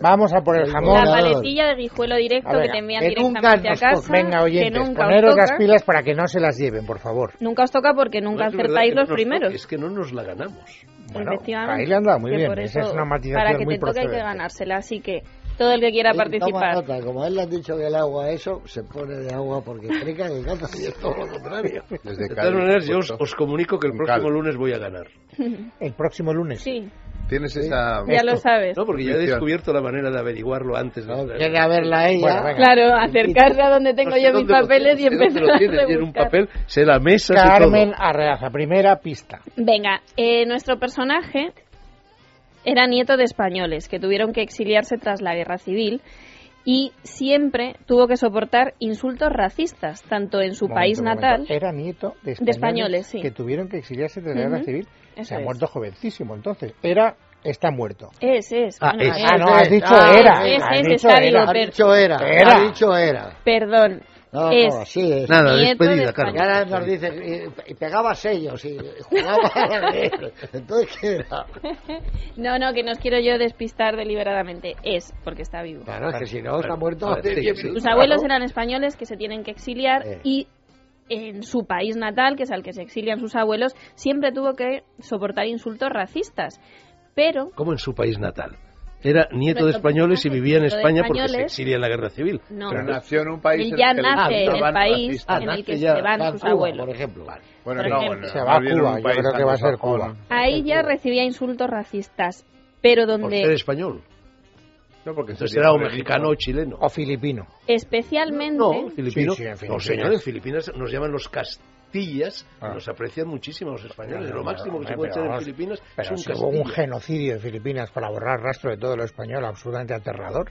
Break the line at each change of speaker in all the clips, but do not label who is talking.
Vamos a por el jamón.
La paletilla de guijuelo directo
A ver,
que te envían
que
directamente
nunca
a
os
casa.
to- pues, Venga,
que
oyentes,
nunca os
poneros las
toca.
pilas para que no se las lleven, por favor.
Nunca os toca porque nunca
No Pues, es verdad
acertáis
que
los
nos
primeros.
toque, Es que no nos la ganamos.
Bueno,
Efectivamente.
ahí le han dado muy
Que
bien,
por
esa
eso,
es una matización
Para que
muy
te toque hay que
procedente.
ganársela, así que todo el que quiera
Él Toma
participar.
nota, como él le ha dicho que el agua eso, se pone de agua porque frica que canta.
Y es todo lo contrario.
Desde
De
Cádiz,
todas maneras,
por
yo os,
supuesto.
os comunico que el
En
próximo
Cádiz.
lunes voy a ganar.
El próximo lunes.
Sí,
Tienes esa...
ya lo sabes.
No, porque ya he
Intuición.
descubierto la manera de averiguarlo antes. de-
Quiere a verla ella.
Bueno, venga.
Claro, acercarse a donde
No
tengo
sé
yo mis
dónde lo
papeles y
tienes, sé dónde
empezar
lo
a
tienes, y en un
rebuscar.
papel, sé la mesa, sé
Carmen
todo.
Arreaza, primera pista.
Venga, eh, nuestro personaje era nieto de españoles que tuvieron que exiliarse tras la guerra civil y siempre tuvo que soportar insultos racistas, tanto en su
Momento,
país
momento.
natal.
Era nieto de españoles,
españoles, sí.
que tuvieron que exiliarse de la guerra
Ujú,
civil. Se
eso
ha
es.
muerto jovencísimo, entonces. Era, está muerto.
Es, es.
Ah,
bueno,
es.
Ah, no, has dicho
Ah,
era.
es,
has
es,
dicho
está
era.
vivo,
Ha
pero-
dicho era,
Era.
ha dicho era.
Perdón.
No,
es
no, así es.
Nada,
nieto de
despedida,
Y
Carmen.
españoles.
ahora nos dice, y, y pegaba sellos y jugaba a la guerra. Entonces, ¿qué era?
No, no, que no os quiero yo despistar deliberadamente. Es, porque está vivo.
Claro, es que si no, está muerto
Vale,
hace
sí,
10
sí.
minutos.
Sus abuelos eran españoles que se tienen que exiliar
Eh.
y en su país natal, que es al que se exilian sus abuelos, siempre tuvo que soportar insultos racistas. Pero
Como en su país natal. Era nieto de
Nuestro
españoles y
personaje,
vivía en
nieto de
España porque se
españoles.
exilia en la guerra civil.
no,
Pero nació en un país...
él ya
en el que
nace en el
estaban
país
racistas.
en el que
nace ya
se van
Está en
sus
Cuba,
abuelos.
Por ejemplo.
Bueno,
Por
no,
ejemplo.
bueno,
Se va a
más bien en
Cuba,
un
yo
país
creo que va a ser
anglosajón.
Cuba.
Ahí ya recibía insultos racistas, pero
Por ser
donde
español.
No, porque
Entonces
sería
era o
ridículo.
mexicano o chileno.
O filipino.
especialmente...
No, filipino.
Sí, sí, en
no,
Filipinas.
señor, en Filipinas nos llaman los castillas,
Ah.
nos aprecian muchísimo los españoles.
Pero,
lo máximo que
hombre,
se puede
pero
hacer en
vamos,
Filipinas es
Pero
un
si hubo un
castilla.
genocidio en Filipinas para borrar rastro de todo lo español, absolutamente aterrador,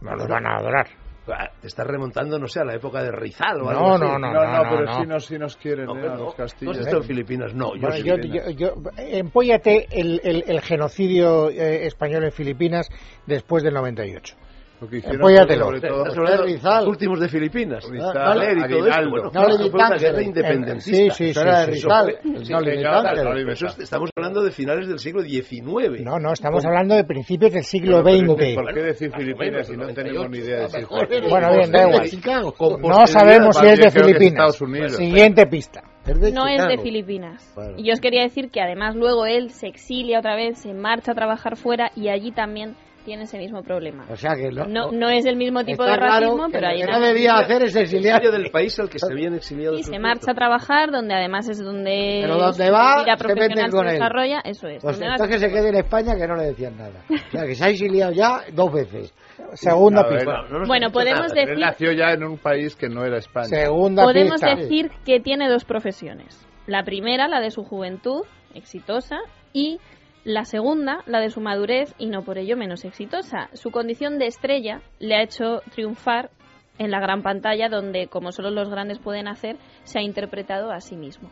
no los van a adorar.
Ah, Te estás remontando, no sé, a la época de Rizal o
No,
algo así.
no, no,
No,
no,
no, pero sí
no.
nos, sí nos quieren,
No,
eh,
pero
a
no.
los
No has
castillos.
estado en Filipinas, no. Yo
Bueno,
sí.
yo, yo,
Filipinas.
yo- empóllate el, el- el genocidio eh, español en Filipinas después del 98.
Lo que hicieron
Empóllatelo.
sobre todo-
Estás hablando de
Rizal.
los últimos de Filipinas.
Rizal,
Valer y todo esto,
Aguinaldo.
bueno,
No
fue
le
una
ditantes.
guerra independentista.
eh, Sí, sí, sí,
Eso era
sí,
de
sí.
Rizal.
Sí,
el no
señor,
limitante.
claro,
Pero eso es- estamos hablando de finales del siglo XIX.
No, no, estamos hablando de principios del siglo
Pero, pero,
XX.
¿Por qué decir
Más o menos,
Filipinas si no
98,
tenemos ni idea de si
Mejor
fue-
era
Bueno,
de
bien, da igual.
Chicago.
Con
No sabemos si es de
Más bien creo que es
Filipinas.
Estados Unidos.
Siguiente pista.
Es de
no es de
Chicago.
Filipinas.
Bueno.
Y yo os quería decir que además luego él se exilia otra vez, se marcha a trabajar fuera y allí también tiene ese mismo problema.
O sea que no.
No, no es el mismo tipo
Está
de
claro
racismo,
que
pero
lo
ahí
que
en
no debía hacer es exiliar.
Exilio del país al que se habían exiliado.
Y
sus
se
nietos.
marcha a trabajar, donde además es donde
Pero donde va,
su vida
se meten
profesional
con
se
él.
desarrolla, eso es.
Pues
Donde va,
entonces que se quede en España que no le decían nada. O sea que se ha exiliado ya dos veces.
Segunda
A ver,
pista.
no nos
Bueno,
han dicho
podemos
nada.
decir-
Él nació ya en un país que no era España.
Segunda
podemos
pista.
decir que tiene dos profesiones. La primera, la de su juventud, exitosa, y la segunda, la de su madurez y no por ello menos exitosa. Su condición de estrella le ha hecho triunfar en la gran pantalla donde, como solo los grandes pueden hacer, se ha interpretado a sí mismo.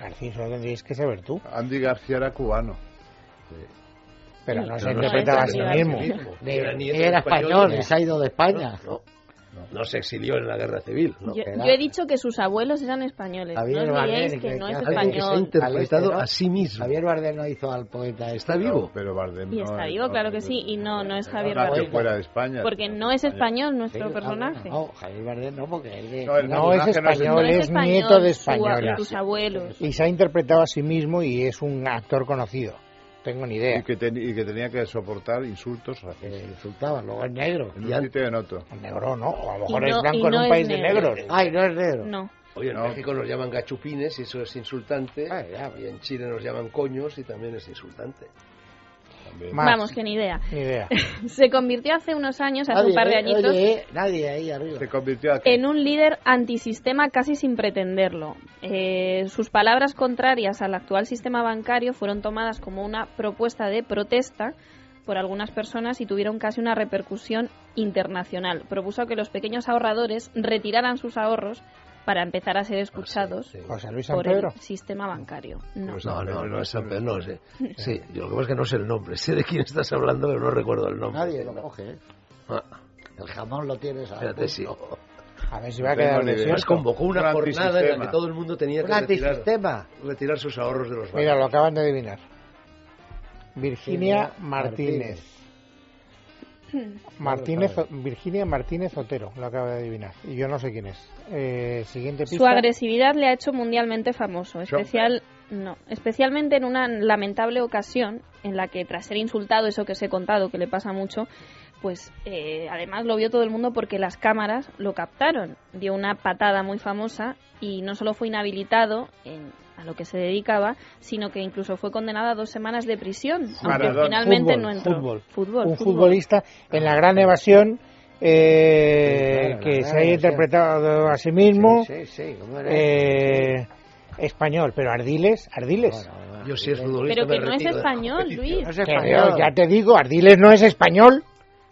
Narciso, lo tendrías que saber tú.
Andy García era cubano.
Pero no se
No, no,
interpretaba
no,
a sí
no, no,
mismo.
no,
Ni
Era
ni
nieto
era
de español,
español,
ni-
ni se ha ido de España.
No, no se exilió en la guerra civil. No.
yo,
era-
yo he dicho que sus abuelos eran españoles. No
Javier
os digáis
Bardem,
que
que-
no
que
es
hace-
Alguien que se ha
español.
interpretado
Al este, ¿no?
a sí mismo.
Javier Bardem no hizo al poeta este.
Está vivo.
No, pero Bardem
Y
no
está
es-
vivo,
no,
claro que
no,
sí. Y no, no es Javier
no, nació
Bardem.
fuera de España.
Porque
sino
no es
español.
españono
Sí,
nuestro
ah,
personaje.
bueno, no, Javier Bardem no, porque él de-
No, el
No es
personaje no es
español,
No
es,
español,
nieto de
su- sus
españoles.
abuelos.
Y se ha interpretado a sí mismo y es un actor conocido. Tengo ni idea.
Y que, ten- y que tenía que soportar insultos
que le
racistas.
insultaba, luego es negro.
En un sitio y en otro.
Negro, ¿no? O a lo
Y
mejor
no-
es
y
blanco
no
en un
es
país
negro.
de negros.
Ay, no es negro.
No.
Oye, en
No.
México nos llaman gachupines y eso es insultante.
Ah, ya,
y en Chile nos llaman coños y también es insultante.
También.
Más,
Vamos, que ni idea.
Ni idea.
Se convirtió hace unos años, hace
Ah,
Nadie,
un par de
eh,
añitos,
oye, eh, nadie ahí arriba.
Se convirtió a...
en un líder antisistema casi sin pretenderlo. Eh, sus palabras contrarias al actual sistema bancario fueron tomadas como una propuesta de protesta por algunas personas y tuvieron casi una repercusión internacional. Propuso que los pequeños ahorradores retiraran sus ahorros para empezar a ser escuchados
Ah, Sí.
José Luis San
por
Pedro.
el sistema bancario. No.
Pues
No, no, no es San Pedro, no sé. Sí, yo lo que pasa es que no sé el nombre. Sé de quién estás hablando, pero no recuerdo el nombre.
Nadie lo coge. eh.
Ah,
El jamón lo tienes a
espérate, sí.
A ver si va a quedar
No tengo ni idea.
desierto.
Además, convocó una
Un
jornada en la que
antisistema.
todo el mundo tenía
Un
que retirar,
antisistema.
retirar sus ahorros de los
Mira, lo
bancos.
acaban de adivinar. Virginia Martínez. Martínez, Virginia Martínez Otero, lo acaba de adivinar. Y yo no sé quién es. Eh, siguiente pista.
Su agresividad le ha hecho mundialmente famoso, especial, no, especialmente en una lamentable ocasión en la que tras ser insultado, eso que os he contado, que le pasa mucho, pues eh, además lo vio todo el mundo porque las cámaras lo captaron. Dio una patada muy famosa y no solo fue inhabilitado en- a lo que se dedicaba, sino que incluso fue condenado a dos semanas de prisión, aunque
Maradona.
finalmente
Fútbol,
no entró.
fútbol.
fútbol,
un
fútbol.
futbolista en la gran evasión eh,
Sí, claro, la
que
gran
se haya
evasión.
interpretado a sí mismo.
Sí, sí, sí, hombre.
eh, español, pero Ardiles, Ardiles.
Bueno, bueno,
Yo sí es
ni-
futbolista.
Pero que
me
no es
retiro de la
español,
competición.
Luis.
No es
Que
español.
yo ya te digo, Ardiles no es español.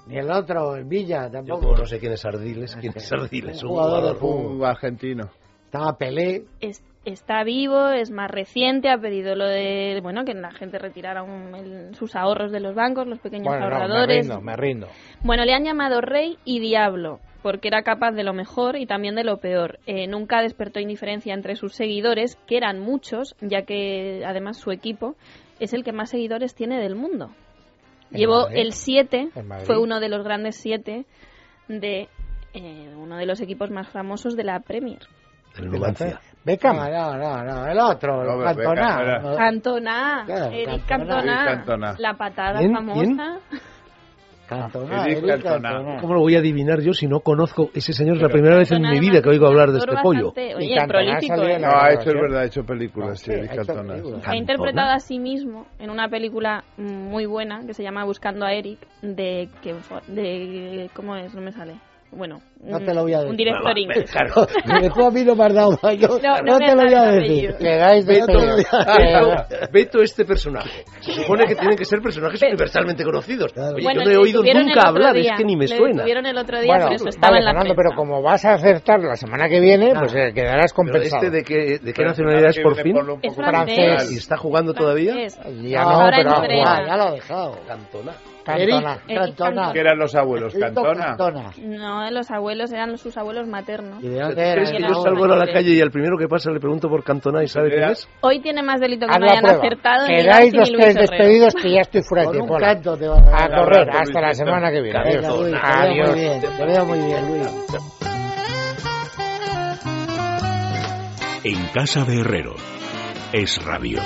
Ni el otro, el Villa,
Yo
tampoco.
como no sé quién es Ardiles, quién es Ardiles, Ah, un
Un jugador de
jugador.
Un argentino.
Estaba Pelé.
es- está vivo, es más reciente, ha pedido lo de, bueno, que la gente retirara un- el- sus ahorros de los bancos, los pequeños
Bueno, no, me
ahorradores.
rindo, me rindo.
Bueno, le han llamado rey y diablo, porque era capaz de lo mejor y también de lo peor. Eh, nunca despertó indiferencia entre sus seguidores, que eran muchos, ya que además su equipo es el que más seguidores tiene del mundo.
En
Llevó
Madrid.
el 7,
En Madrid.
fue uno de los grandes 7 de eh, uno de los equipos más famosos de la Premier.
El Numancia.
Beckham.
No, no, no, no, el otro, el
Robert
Cantona.
Beckham
Ah.
era-
Cantona,
Claro,
Eric
Cantona.
Cantona,
Eric Cantona.
la patada
¿Quién?
famosa.
¿Quién?
Cantona,
Eric
Eric
Cantona.
Cantona.
¿Cómo lo voy a adivinar yo si no conozco? Ese señor es la
Pero-
primera vez en
Cantona,
mi vida que oigo
además,
hablar de
actor
este pollo.
bastante-
Y
Oye,
Cantona
prolífico.
salía
¿eh?
en la-
No, ha
grabación.
hecho, es verdad, ha hecho películas,
No,
sí,
sí,
Eric
ha hecho
Cantona.
películas.
Ha
Cantona.
interpretado a sí mismo en una película mm, muy buena que se llama Buscando a Eric de que de cómo es no me sale bueno
No
un-
te lo voy a decir.
un director inglés
Claro.
Pero tú a mí no me has dado yo,
No,
no,
no me
te lo
has
voy a
dado
decir.
apellido.
Le dais de
Beto.
Eh,
Beto, Beto este personaje. Se supone que tienen que ser personajes universalmente conocidos. Oye,
Bueno,
yo no he
le
oído
detuvieron el
nunca
otro
hablar,
día,
es que ni me
le
suena.
detuvieron el otro día
Bueno,
por eso estaba
vale,
en la
Fernando, pero
prensa.
como vas a acertar la semana que viene, pues eh, quedarás
Pero
compensado.
este de qué, de qué nacionalidad es por fin?
Es
francés.
¿Y está jugando todavía?
Es-
Ya no,
ahora
pero
en
ha
Brera.
jugado.
ya lo ha dejado.
Cantona.
Cantona.
Eric Cantona.
Que eran los abuelos,
Eric
Cantona.
Cantona.
no de los abuelos eran los- sus abuelos maternos
¿Y de dónde era?
¿Crees que
era
yo
un
salgo a la
hombre.
calle y al primero que pasa le pregunto por Cantona y sabe quién
Era-
es?
hoy tiene más delito que
Haz
no
la
hayan
prueba.
acertado ni
Quedáis
Nancy ni
los
Luis
tres
Herrero.
despedidos que ya estoy fuera de
Con un
tiempo. hola.
canto te vas a
A
ganar.
correr,
Luis,
hasta la
está-
semana que viene.
Venga,
Adiós.
Luis,
Adiós.
te veo muy bien, Te veo muy bien, Luis.
En casa de Herrero. Es radio.